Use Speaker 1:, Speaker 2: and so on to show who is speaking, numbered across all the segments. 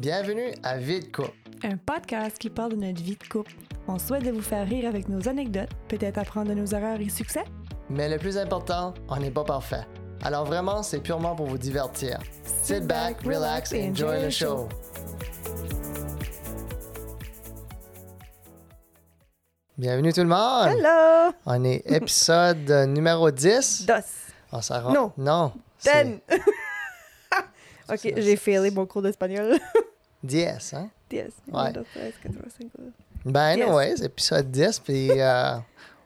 Speaker 1: Bienvenue à Vie de couple.
Speaker 2: Un podcast qui parle de notre vie de couple. On souhaite de vous faire rire avec nos anecdotes, peut-être apprendre de nos erreurs et succès.
Speaker 1: Mais le plus important, on n'est pas parfait. Alors vraiment, c'est purement pour vous divertir. Sit back, relax et enjoy the show. Bienvenue tout le monde.
Speaker 2: Hello!
Speaker 1: On est épisode numéro 10.
Speaker 2: Dos. Ben.
Speaker 1: On s'en rend-
Speaker 2: Non.
Speaker 1: Non. Ben. c'est
Speaker 2: Ten! ok, j'ai failé mon cours d'espagnol.
Speaker 1: 10, hein?
Speaker 2: 10.
Speaker 1: Ouais.
Speaker 2: 13, 85.
Speaker 1: Ben
Speaker 2: Yes.
Speaker 1: ouais, c'est épisode 10. Puis euh,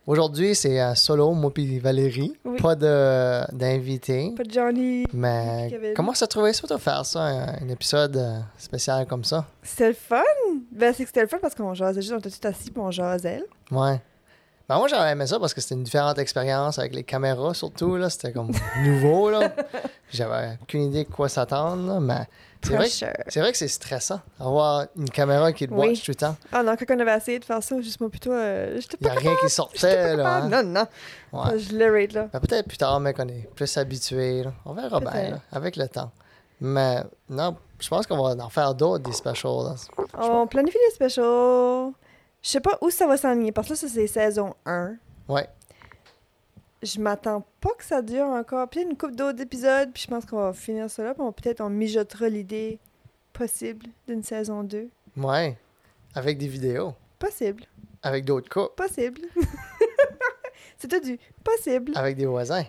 Speaker 1: aujourd'hui, c'est un solo, moi puis Valérie.
Speaker 2: Oui.
Speaker 1: Pas de- d'invité.
Speaker 2: Pas de Johnny.
Speaker 1: Mais
Speaker 2: Kevin.
Speaker 1: comment ça trouvait ça de faire ça, un, un épisode euh, spécial comme ça?
Speaker 2: C'était le fun? Ben, c'est que c'était le fun parce qu'on jasait juste, on était tout assis puis on jasait. là.
Speaker 1: Ouais. Ben moi, j'aurais aimé ça parce que c'était une différente expérience avec les caméras, surtout. là C'était comme nouveau. là J'avais aucune idée de quoi s'attendre. là, Mais c'est vrai, que-
Speaker 2: Pressure.
Speaker 1: c'est vrai que c'est stressant avoir une caméra qui te
Speaker 2: Oui.
Speaker 1: watch tout le temps.
Speaker 2: Ah non, quand on avait essayé de faire ça, juste moi plutôt, euh, j'étais
Speaker 1: Il n'y
Speaker 2: pas
Speaker 1: a rien qui sortait.
Speaker 2: capable.
Speaker 1: Là, hein.
Speaker 2: Non, non.
Speaker 1: Ouais.
Speaker 2: Je le rate là.
Speaker 1: Ben, Peut-être plus tard, mais qu'on est plus habitué. là. On verra bien
Speaker 2: Peut-être.
Speaker 1: là, avec le temps. Mais non, je pense qu'on va en faire d'autres, des specials. là.
Speaker 2: On planifie les specials. Je sais pas où ça va s'enligner parce que là, ça, c'est saison 1.
Speaker 1: Ouais.
Speaker 2: Je m'attends pas que ça dure encore. Puis il y a une coupe d'autres épisodes, puis je pense qu'on va finir ça là. Puis on- peut-être on mijotera l'idée possible d'une saison 2.
Speaker 1: Ouais. Avec des vidéos.
Speaker 2: Possible.
Speaker 1: Avec d'autres couples.
Speaker 2: Possible. c'est tout du possible.
Speaker 1: Avec des voisins.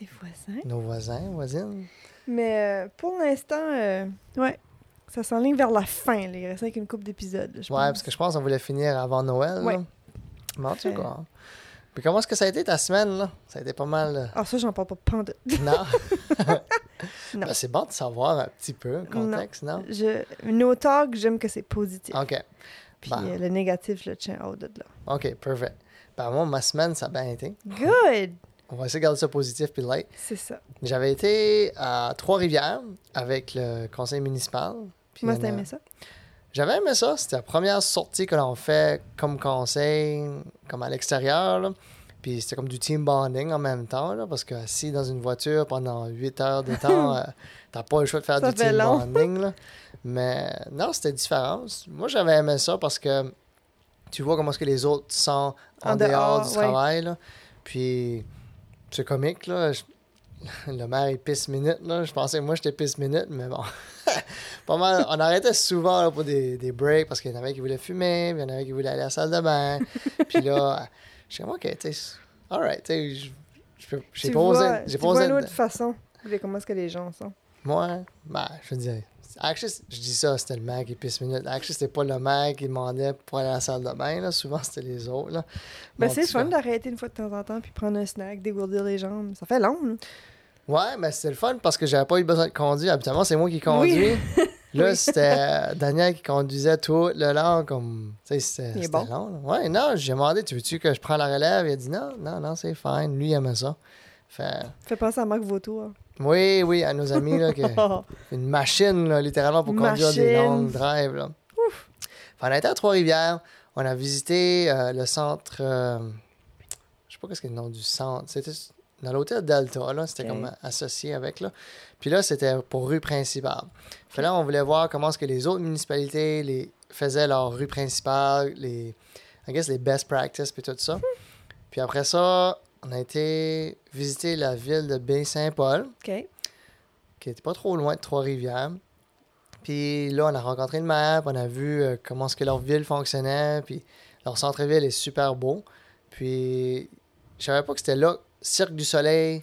Speaker 2: Des voisins.
Speaker 1: Nos voisins, voisines.
Speaker 2: Mais euh, pour l'instant, euh, ouais, ça s'enligne vers la fin. Là. Il reste avec une coupe d'épisodes. là, je
Speaker 1: Ouais,
Speaker 2: pense.
Speaker 1: parce que je pense qu'on voulait finir avant Noël.
Speaker 2: Ouais.
Speaker 1: Là. Mais en tout
Speaker 2: Fait-
Speaker 1: cas. hein. Puis comment est-ce que ça a été ta semaine, là? Ça a été pas mal. euh,
Speaker 2: Ah, ça, j'en parle pas pendant.
Speaker 1: Non.
Speaker 2: Non.
Speaker 1: Ben, c'est bon de savoir un petit peu le contexte, non?
Speaker 2: Je... Nos talks, j'aime que c'est positif.
Speaker 1: OK.
Speaker 2: Puis
Speaker 1: Bah.
Speaker 2: euh, le négatif, je le tiens hors de là.
Speaker 1: OK, perfect. Ben, moi, ma semaine, ça a bien été.
Speaker 2: Good!
Speaker 1: On va essayer de garder ça positif puis light.
Speaker 2: C'est ça.
Speaker 1: J'avais été à Trois-Rivières avec le conseil municipal. Puis
Speaker 2: Moi,
Speaker 1: on
Speaker 2: t'as
Speaker 1: a-
Speaker 2: aimé ça?
Speaker 1: J'avais aimé ça. C'était la première sortie que l'on fait comme conseil, comme à l'extérieur. là. Puis c'était comme du team bonding en même temps, là, parce que assis dans une voiture pendant 8 heures de temps, euh, t'as pas le choix de faire
Speaker 2: Ça
Speaker 1: du
Speaker 2: fait
Speaker 1: team
Speaker 2: long.
Speaker 1: bonding. là. Mais non, c'était différent. Moi, j'avais aimé ça parce que tu vois comment est-ce que les autres sont en,
Speaker 2: En
Speaker 1: dehors,
Speaker 2: dehors,
Speaker 1: du
Speaker 2: ouais.
Speaker 1: travail. là. Puis c'est comique, là. Je- Le maire, il pisse minute, là. Je pensais que moi, j'étais pisse minute, mais bon. Pas mal. On arrêtait souvent là, pour des, des breaks parce qu'il y en avait qui voulaient fumer, puis il y en avait qui voulaient aller à la salle de bain. puis là, je suis comme, OK, tu sais, all right, tu sais, je- je peux- j'ai
Speaker 2: Tu
Speaker 1: pas osé.
Speaker 2: vois-
Speaker 1: J'ai
Speaker 2: tu
Speaker 1: pas
Speaker 2: vois
Speaker 1: osé.
Speaker 2: une autre façon de comment est-ce que les gens sont.
Speaker 1: Moi, ben, je veux dire, actually, c- je dis ça, c'était le mec qui pisse minute. Actually, c'était pas le mec qui demandait pour aller à la salle de bain, là. Souvent, c'était les autres, là.
Speaker 2: Ben,
Speaker 1: Bon,
Speaker 2: c'est le
Speaker 1: tu
Speaker 2: fun
Speaker 1: vois.
Speaker 2: d'arrêter une fois de temps en temps puis prendre un snack, dégourdir les jambes. Ça fait long, hein. là.
Speaker 1: Ouais, mais c'était le fun parce que j'avais pas eu besoin de conduire. Habituellement, c'est moi qui conduis. Là,
Speaker 2: Oui.
Speaker 1: c'était euh, Daniel qui conduisait tout le long. Comme, tu sais, c'était
Speaker 2: Il est
Speaker 1: c'était
Speaker 2: bon.
Speaker 1: long. là. Ouais, non, j'ai demandé, tu veux-tu que je prenne la relève? Il a dit non, non, non, c'est fine. Lui, il aimait ça. Fait,
Speaker 2: Fait penser à Marc Vautour.
Speaker 1: oui, oui, à nos amis, là, que, une machine, là, littéralement, pour conduire des
Speaker 2: Machine.
Speaker 1: longues drives. Là. Fait, on a été à Trois-Rivières. On a visité euh, le centre. euh, je sais pas qu'est-ce que le nom du centre. C'était dans l'hôtel Delta, là. C'était
Speaker 2: Ok.
Speaker 1: comme associé avec, là. Puis là, c'était pour rue principale. Fait là, on voulait voir comment est-ce que les autres municipalités les, faisaient leur rue principale, les, I guess, les best practices, puis tout
Speaker 2: Hmm.
Speaker 1: ça. Puis après ça, on a été visiter la ville de Baie-Saint-Paul
Speaker 2: OK.
Speaker 1: qui était pas trop loin de Trois-Rivières. Puis là, on a rencontré le maire, puis on a vu euh, comment est-ce que leur ville fonctionnait, puis leur centre-ville est super beau. Puis je savais pas que c'était là que Cirque du Soleil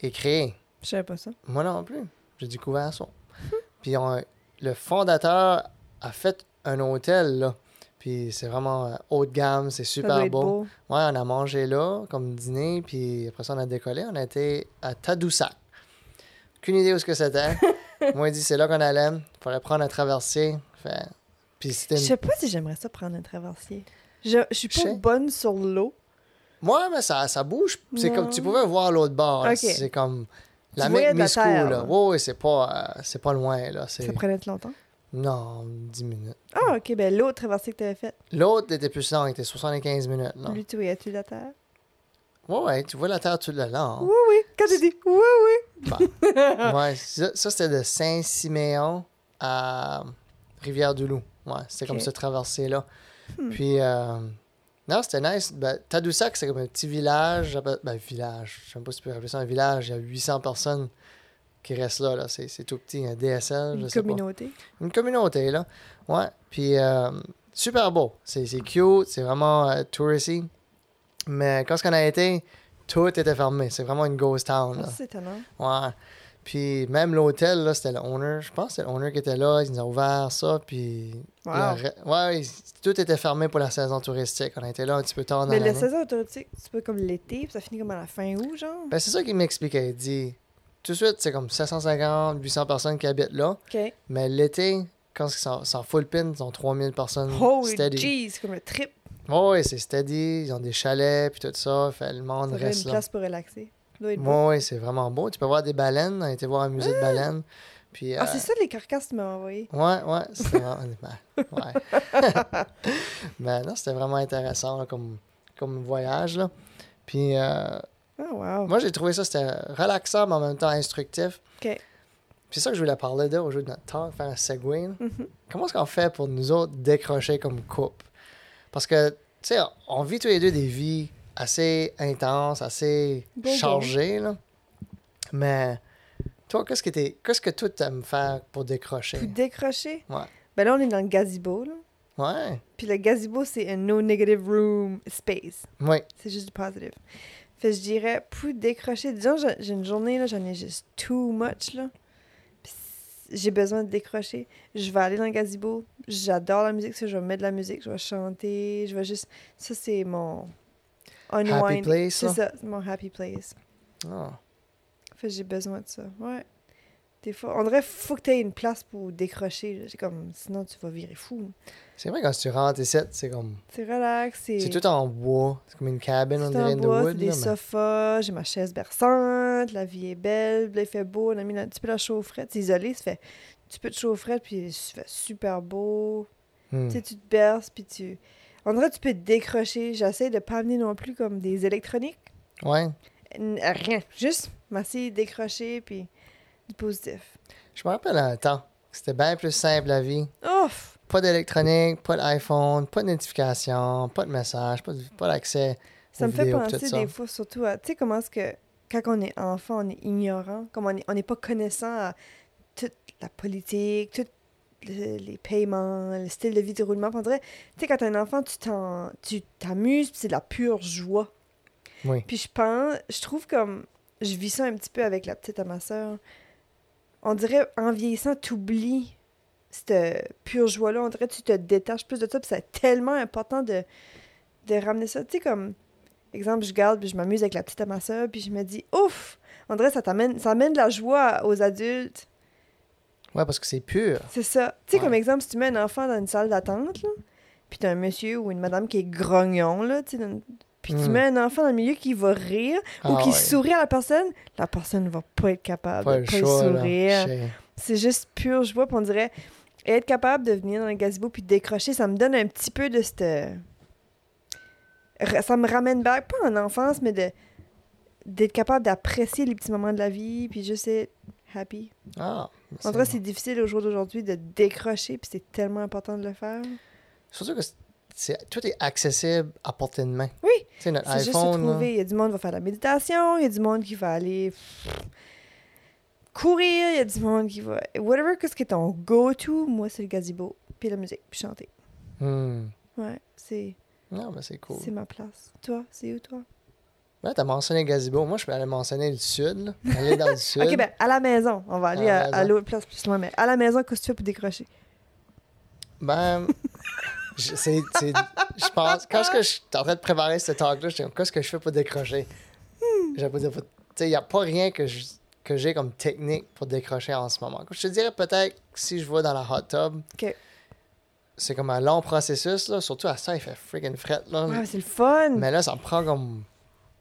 Speaker 1: est créé.
Speaker 2: Je savais pas ça.
Speaker 1: Moi non plus. J'ai découvert ça.
Speaker 2: Hmm.
Speaker 1: Puis on- le fondateur a fait un hôtel là. Puis c'est vraiment euh, haut de gamme, c'est
Speaker 2: ça doit
Speaker 1: super
Speaker 2: être
Speaker 1: beau.
Speaker 2: beau.
Speaker 1: Ouais, on a mangé là comme dîner, puis après ça, on a décollé. On a été à Tadoussac. Aucune idée où ce que c'était. Moi, il dit, c'est là qu'on allait. Il fallait prendre un traversier. Fait- Puis c'était
Speaker 2: Je
Speaker 1: une-
Speaker 2: sais pas si j'aimerais ça prendre un traversier. Je, je suis
Speaker 1: Je
Speaker 2: pas
Speaker 1: sais.
Speaker 2: bonne sur l'eau.
Speaker 1: Moi, mais ça, ça bouge. C'est
Speaker 2: Non.
Speaker 1: comme, tu pouvais voir l'autre bord. là.
Speaker 2: Ok.
Speaker 1: C'est comme la
Speaker 2: Tu voyais
Speaker 1: même
Speaker 2: de la
Speaker 1: Miscou,
Speaker 2: terre,
Speaker 1: là.
Speaker 2: là.
Speaker 1: Ouais, ouais, c'est pas, euh, c'est pas loin, là. C'est...
Speaker 2: Ça prenait longtemps.
Speaker 1: Non, 10 minutes.
Speaker 2: Ah, OK. Ben, l'autre traversée que t'avais faite,
Speaker 1: L'autre était plus long, il était 75 minutes, là.
Speaker 2: lui, tu voyais-tu la terre?
Speaker 1: Ouais, ouais, tu vois la terre tout le long.
Speaker 2: Oui, oui. Quand tu dis oui, oui.
Speaker 1: ouais, ça, ça, c'était de Saint-Siméon à euh, Rivière-du-Loup. Ouais, c'était comme
Speaker 2: Ok.
Speaker 1: ce traversée-là.
Speaker 2: Hmm.
Speaker 1: Puis, euh, non, c'était nice. Ben, Tadoussac, c'est comme un petit village. Ben, ben, village, je sais même pas si tu peux appeler ça un village. Il y a 800 personnes qui restent là. là. C'est c'est tout petit, un DSL, je
Speaker 2: Une
Speaker 1: sais pas.
Speaker 2: communauté.
Speaker 1: Une communauté, là. Ouais. Puis, euh, super beau. C'est c'est cute. C'est vraiment euh, touristy. Mais quand on a été, tout était fermé. C'est vraiment une ghost town.
Speaker 2: Ah,
Speaker 1: là.
Speaker 2: c'est étonnant.
Speaker 1: Ouais. Puis même l'hôtel, là, c'était le owner. Je pense que c'était le owner qui était là. Il nous a ouvert ça. Puis.
Speaker 2: Wow.
Speaker 1: le re- ouais, il- tout était fermé pour la saison touristique. On a été là un petit peu tard dans
Speaker 2: Mais la
Speaker 1: l'année.
Speaker 2: saison autoroutière, c'est pas comme l'été, puis ça finit comme à la fin août, genre.
Speaker 1: Ben, c'est ça qu'il m'expliquait. Il dit tout de suite, c'est comme 750, 800 personnes qui habitent là.
Speaker 2: OK.
Speaker 1: Mais l'été, quand ils sont, sont full pin, ils sont 3000 personnes
Speaker 2: Holy
Speaker 1: steady.
Speaker 2: jeez, comme un trip.
Speaker 1: Ouais, ouais, c'est steady. Ils ont des chalets, puis tout ça. Fait le monde
Speaker 2: Ça fait une
Speaker 1: reste là.
Speaker 2: place pour relaxer. Ça doit être beau.
Speaker 1: Ouais, ouais, c'est vraiment beau. Tu peux voir des baleines. On a été voir un musée de baleines. Puis,
Speaker 2: Ah,
Speaker 1: euh,
Speaker 2: c'est ça les carcasses que tu m'as envoyées.
Speaker 1: Ouais, ouais, c'était vraiment... ben, ouais. Mais non, c'était vraiment intéressant là, comme, comme voyage. Là. Puis euh,
Speaker 2: Oh, wow.
Speaker 1: moi, j'ai trouvé ça, c'était relaxant, mais en même temps instructif.
Speaker 2: OK.
Speaker 1: Puis c'est ça que je voulais parler de au jeu de notre temps, faire un segway. là.
Speaker 2: Mhm.
Speaker 1: Comment est-ce qu'on fait pour nous autres décrocher comme couple? Parce que, tu sais, on vit tous les deux des vies assez intenses, assez
Speaker 2: Go-go.
Speaker 1: chargées. Là. Mais toi, qu'est-ce que, t'es- qu'est-ce que toi, t'aimes faire pour
Speaker 2: Pour
Speaker 1: décrocher?
Speaker 2: décrocher.
Speaker 1: Ouais.
Speaker 2: Ben là, on est dans le gazebo, là.
Speaker 1: Ouais,
Speaker 2: Puis le gazebo, c'est un no negative room space.
Speaker 1: oui.
Speaker 2: C'est juste du positive. Fait que je dirais, pour décrocher, disons, j'ai j'ai une journée, là, j'en ai juste too much, là. Puis j'ai besoin de décrocher. Je vais aller dans le gazebo. J'adore la musique, ça, je vais mettre de la musique, je vais chanter, je vais juste... Ça, c'est mon...
Speaker 1: Happy
Speaker 2: Unwind.
Speaker 1: place,
Speaker 2: C'est
Speaker 1: là.
Speaker 2: ça, c'est mon happy place.
Speaker 1: Ah.
Speaker 2: Fait que j'ai besoin de ça. Ouais. Des fois, on dirait faut que t'aies une place pour décrocher. là. C'est comme sinon tu vas virer fou.
Speaker 1: C'est vrai, quand tu rentres ici, c'est comme.
Speaker 2: C'est relax, c'est
Speaker 1: C'est tout en bois. C'est comme une cabine, on
Speaker 2: c'est
Speaker 1: dirait,
Speaker 2: en
Speaker 1: in the
Speaker 2: bois, c'est
Speaker 1: wood.
Speaker 2: des
Speaker 1: là, mais-
Speaker 2: sofas, j'ai ma chaise berçante, la vie est belle, là, il fait beau, on a mis un petit peu la chaufferette, c'est isolé, ça fait un petit peu de chaufferette puis il fait super beau.
Speaker 1: Hmm.
Speaker 2: Tu sais, tu te berces puis tu on dirait que tu peux te décrocher. J'essaie de pas amener non plus comme des électroniques,
Speaker 1: Ouais.
Speaker 2: N- rien, juste m'asseoir, décrocher puis du positif.
Speaker 1: Je me rappelle un temps. C'était bien plus simple la vie.
Speaker 2: Ouf,
Speaker 1: Pas d'électronique, pas d'iPhone, pas de notification, pas de message, pas, de- pas d'accès.
Speaker 2: Ça
Speaker 1: aux
Speaker 2: me fait
Speaker 1: vidéos, tout
Speaker 2: penser
Speaker 1: ça.
Speaker 2: des fois surtout à, tu sais, comment est-ce que quand on est enfant, on est ignorant, comme on n'est on est pas connaissant à toute la politique, tous les paiements, le style de vie du roulement. Puis On dirait, tu sais, quand t'es un enfant, tu t'en- tu t'amuses, puis c'est de la pure joie.
Speaker 1: Oui.
Speaker 2: Puis je pense, je trouve comme, je vis ça un petit peu avec la petite à ma soeur. On dirait, en vieillissant, t'oublies cette pure joie-là. On dirait, tu te détaches plus de ça, puis c'est tellement important de, de ramener ça. Tu sais, comme, exemple, je garde, puis je m'amuse avec la petite à ma soeur, puis je me dis, ouf! On dirait, ça t'amène, ça amène de la joie aux adultes.
Speaker 1: Ouais, parce que c'est pur.
Speaker 2: C'est ça. Tu sais,
Speaker 1: Ouais.
Speaker 2: comme exemple, si tu mets un enfant dans une salle d'attente, là, puis t'as un monsieur ou une madame qui est grognon, là, tu sais, dans- puis tu
Speaker 1: Mm.
Speaker 2: mets un enfant dans le milieu qui va rire ou
Speaker 1: Ah
Speaker 2: qui
Speaker 1: ouais.
Speaker 2: sourit à la personne, la personne va pas être capable
Speaker 1: Pas
Speaker 2: de
Speaker 1: le
Speaker 2: pas y
Speaker 1: choix, là.
Speaker 2: sourire.
Speaker 1: Chez-
Speaker 2: C'est juste pure joie, puis on dirait être capable de venir dans le gazebo puis de décrocher, ça me donne un petit peu de cette... Ra- Ça me ramène back, pas en enfance, mais de d'être capable d'apprécier les petits moments de la vie, puis juste être happy.
Speaker 1: Ah.
Speaker 2: En vrai, c'est difficile au jour d'aujourd'hui de décrocher, puis c'est tellement important de le faire.
Speaker 1: Surtout que c'est- c'est- tout est accessible à portée de main.
Speaker 2: Oui,
Speaker 1: Tu sais, notre
Speaker 2: c'est juste se
Speaker 1: iPhone. là.
Speaker 2: trouver. Il y a du monde qui va faire de la méditation, il y a du monde qui va aller pff, courir, il y a du monde qui va. Whatever, qu'est-ce qui est ton go-to, moi, c'est le gazebo, puis la musique, puis chanter.
Speaker 1: Hmm.
Speaker 2: Ouais, c'est
Speaker 1: Non, mais c'est cool.
Speaker 2: c'est ma place. Toi, c'est où, toi?
Speaker 1: Là, t'as mentionné Gazebo. Moi, je allais mentionner le sud. là. Aller dans le sud.
Speaker 2: Ok, ben, à la maison. On va aller
Speaker 1: la
Speaker 2: à, à
Speaker 1: maison.
Speaker 2: l'autre place plus loin, mais à la maison, qu'est-ce que tu fais pour décrocher?
Speaker 1: Ben, je- c'est, c'est- je pense, quand ce que je suis en train de préparer ce talk-là, je dis, qu'est-ce que je fais pour décrocher? J'ai pas dit- tu sais, il n'y a pas rien que, je- que j'ai comme technique pour décrocher en ce moment. Je te dirais peut-être que si je vais dans la hot tub,
Speaker 2: Ok.
Speaker 1: c'est comme un long processus, là, surtout à ça, il fait freaking fret. Là.
Speaker 2: Ah, c'est le fun!
Speaker 1: Mais là, ça me prend comme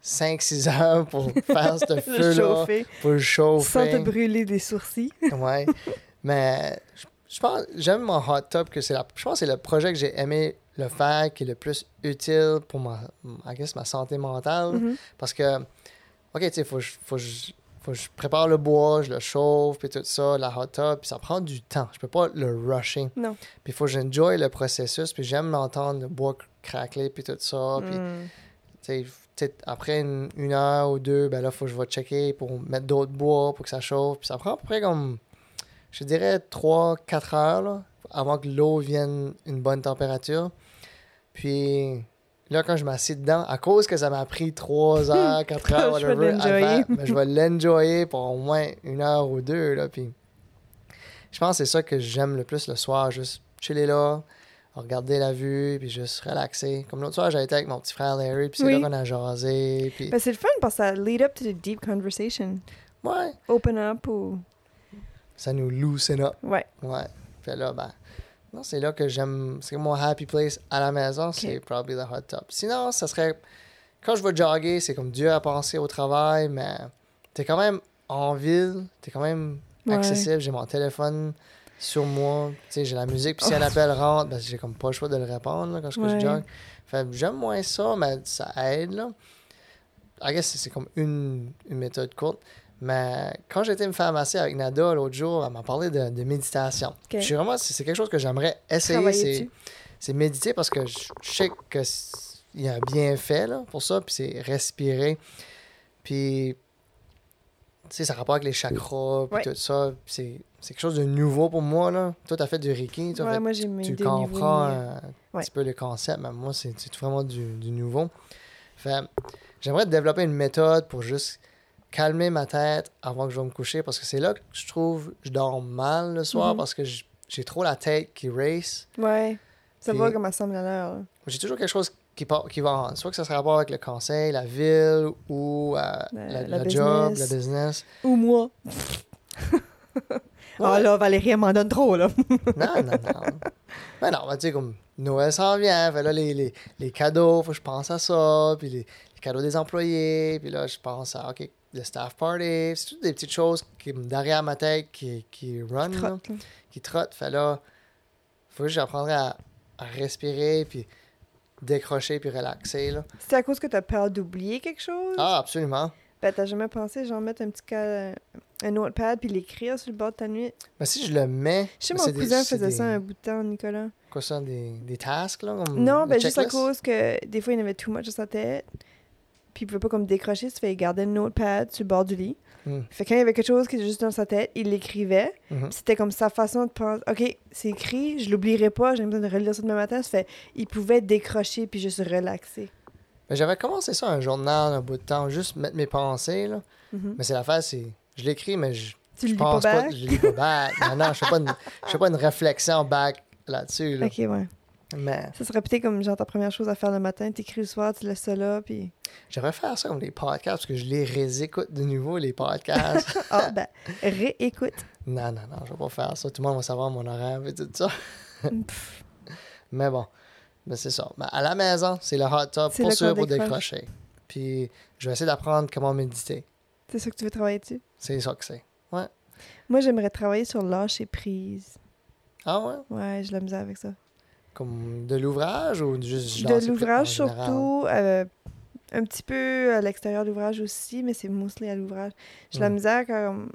Speaker 1: 5-6 heures pour faire ce
Speaker 2: le
Speaker 1: feu-là,
Speaker 2: chauffer,
Speaker 1: pour le chauffer.
Speaker 2: sans te brûler des sourcils.
Speaker 1: Ouais. Mais je, je pense, j'aime mon hot tub que c'est la, je pense que c'est le projet que j'ai aimé le faire qui est le plus utile pour ma, I guess, ma santé mentale.
Speaker 2: Mhm.
Speaker 1: Parce que, ok, tu sais, faut, que je- faut, que je- Faut que je prépare le bois, je le chauffe, puis tout ça, la hot tub, puis ça prend du temps. Je peux pas le rusher.
Speaker 2: Non.
Speaker 1: Puis il faut que j'enjoy le processus, puis j'aime entendre le bois craquer, puis tout ça. Ah, Puis
Speaker 2: Mm.
Speaker 1: tu sais, peut-être après une, une heure ou deux, ben là, faut que je vais checker pour mettre d'autres bois pour que ça chauffe. Puis ça prend à peu près comme, je dirais, 3-4 heures là, avant que l'eau vienne une bonne température. Puis là, quand je m'assieds dedans, à cause que ça m'a pris 3 heures, 4 heures,
Speaker 2: Je vais
Speaker 1: whatever,
Speaker 2: l'enjoyer.
Speaker 1: avant, ben, je vais l'enjoyer pour au moins une heure ou deux. Là, puis je pense que c'est ça que j'aime le plus le soir, juste chiller là, regarder la vue, puis juste relaxer. Comme l'autre soir, j'avais été avec mon petit frère Larry, puis c'est
Speaker 2: Oui.
Speaker 1: là qu'on a jasé, puis...
Speaker 2: Ben, c'est le fun parce que ça lead up to the deep conversation.
Speaker 1: Ouais,
Speaker 2: Open up ou.
Speaker 1: ça nous loosen up,
Speaker 2: Ouais.
Speaker 1: ouais. Puis là, ben... Non, c'est là que j'aime... C'est mon happy place à la maison, c'est probably the hot tub. Sinon, ça serait... Quand je vais jogger, c'est comme Dieu à penser au travail, mais t'es quand même en ville, t'es quand même
Speaker 2: Ouais.
Speaker 1: accessible, j'ai mon téléphone sur moi, tu sais, j'ai la musique, puis si
Speaker 2: Oh.
Speaker 1: un appel rentre, ben, j'ai comme pas le choix de le répondre là, quand je, que je
Speaker 2: Ouais.
Speaker 1: jog. Fait que j'aime moins ça, mais ça aide, là. I guess c'est- c'est comme une, une méthode courte. Mais quand j'étais me faire masser avec Nada l'autre jour, elle m'a parlé de, de méditation. Je suis vraiment, c'est c'est quelque chose que j'aimerais essayer,
Speaker 2: Travailler
Speaker 1: c'est
Speaker 2: dessus.
Speaker 1: c'est méditer parce que je je sais qu'il y a un bienfait là, pour ça, puis c'est respirer. Puis, tu sais, ça a rapport avec les chakras, puis
Speaker 2: Ouais.
Speaker 1: tout ça. puis C'est c'est quelque chose de nouveau pour moi, là. Toi, t'as fait du Reiki, toi,
Speaker 2: Ouais,
Speaker 1: fait-
Speaker 2: moi, j'ai mis
Speaker 1: tu
Speaker 2: des
Speaker 1: comprends
Speaker 2: niveaux.
Speaker 1: euh, un
Speaker 2: Ouais.
Speaker 1: petit peu le concept, mais moi, c'est c'est vraiment du, du nouveau. Fait, j'aimerais développer une méthode pour juste calmer ma tête avant que je vais me coucher, parce que c'est là que je trouve que je dors mal le soir,
Speaker 2: Mhm.
Speaker 1: parce que j- j'ai trop la tête qui race.
Speaker 2: Ouais. Ça va
Speaker 1: Puis-
Speaker 2: comment ça me l'heure. là.
Speaker 1: J'ai toujours quelque chose qui, part- qui va en. Soit que ça sera rapport avec le conseil, la ville ou euh, la,
Speaker 2: Ben, la
Speaker 1: la job, le
Speaker 2: business.
Speaker 1: business.
Speaker 2: Ou moi. Ah là, Valérie, elle m'en donne trop, là.
Speaker 1: Non, non, non. Mais non, mais tu sais, comme Noël s'en vient, fait là, les, les, les cadeaux, faut que je pense à ça, puis les, les cadeaux des employés, puis là, je pense à, OK, le staff party. C'est toutes des petites choses qui, me- derrière ma tête qui, qui run, là,
Speaker 2: Crotte, là.
Speaker 1: qui trottent. Fait là, faut que j'apprendrai à, à respirer, puis décrocher, puis relaxer, là.
Speaker 2: C'est à cause que t'as peur d'oublier quelque chose?
Speaker 1: Ah, absolument.
Speaker 2: Ben, t'as jamais pensé, genre, mettre un petit cal... un notepad puis l'écrire sur le bord de ta nuit?
Speaker 1: Mais Ben, si je le mets.
Speaker 2: Je sais,
Speaker 1: mais
Speaker 2: mon
Speaker 1: Ben, c'est des-
Speaker 2: cousin
Speaker 1: c'est
Speaker 2: faisait
Speaker 1: des-
Speaker 2: ça un bout de temps, Nicolas.
Speaker 1: Quoi ça, des, des tasks, là? comme
Speaker 2: Non,
Speaker 1: des
Speaker 2: ben, juste à
Speaker 1: checklists?
Speaker 2: cause que des fois, il en avait too much à sa tête. Puis il pouvait pas comme décrocher, ça fait il gardait le notepad sur le bord du lit.
Speaker 1: Hmm.
Speaker 2: Fait que quand il y avait quelque chose qui était juste dans sa tête, il l'écrivait.
Speaker 1: Mhm.
Speaker 2: Puis C'était comme sa façon de penser. OK, c'est écrit, je l'oublierai pas, j'ai besoin de relire ça demain matin. Ça fait, il pouvait décrocher puis juste relaxer.
Speaker 1: Mais Ben, J'avais commencé ça, un journal, un bout de temps, juste mettre mes pensées, là.
Speaker 2: Mhm.
Speaker 1: Mais c'est l'affaire, c'est... Je l'écris, mais je,
Speaker 2: Tu
Speaker 1: je
Speaker 2: le lis pas
Speaker 1: pense pas...
Speaker 2: back?
Speaker 1: Je lis pas back. non, non, je fais pas une, je fais pas une réflexion back là-dessus, là.
Speaker 2: Ok, ouais.
Speaker 1: Mais
Speaker 2: Ça serait peut-être comme genre ta première chose à faire le matin, t'écris le soir, tu laisses ça là, puis.
Speaker 1: j'aimerais faire ça comme des podcasts, parce que je les réécoute de nouveau, les podcasts.
Speaker 2: Ah, ben, réécoute.
Speaker 1: non, non, non, je vais pas faire ça. Tout le monde va savoir mon horaire et tout ça.
Speaker 2: Pff,
Speaker 1: Mais bon, mais c'est ça. Mais à la maison, c'est le hot tub
Speaker 2: C'est
Speaker 1: pour
Speaker 2: là
Speaker 1: sûr,
Speaker 2: qu'on
Speaker 1: pour
Speaker 2: décroche.
Speaker 1: décrocher. Puis je vais essayer d'apprendre comment méditer.
Speaker 2: c'est ça que tu veux travailler dessus?
Speaker 1: C'est ça que c'est.
Speaker 2: Moi, j'aimerais travailler sur lâcher prise.
Speaker 1: Ah ouais?
Speaker 2: Ouais, j'ai de la misère avec ça.
Speaker 1: Comme de l'ouvrage ou juste je lance
Speaker 2: De
Speaker 1: les
Speaker 2: l'ouvrage
Speaker 1: plaques en général?
Speaker 2: surtout, euh, un petit peu à l'extérieur de l'ouvrage aussi, mais c'est mostly à l'ouvrage. J'ai de la
Speaker 1: Mm.
Speaker 2: misère comme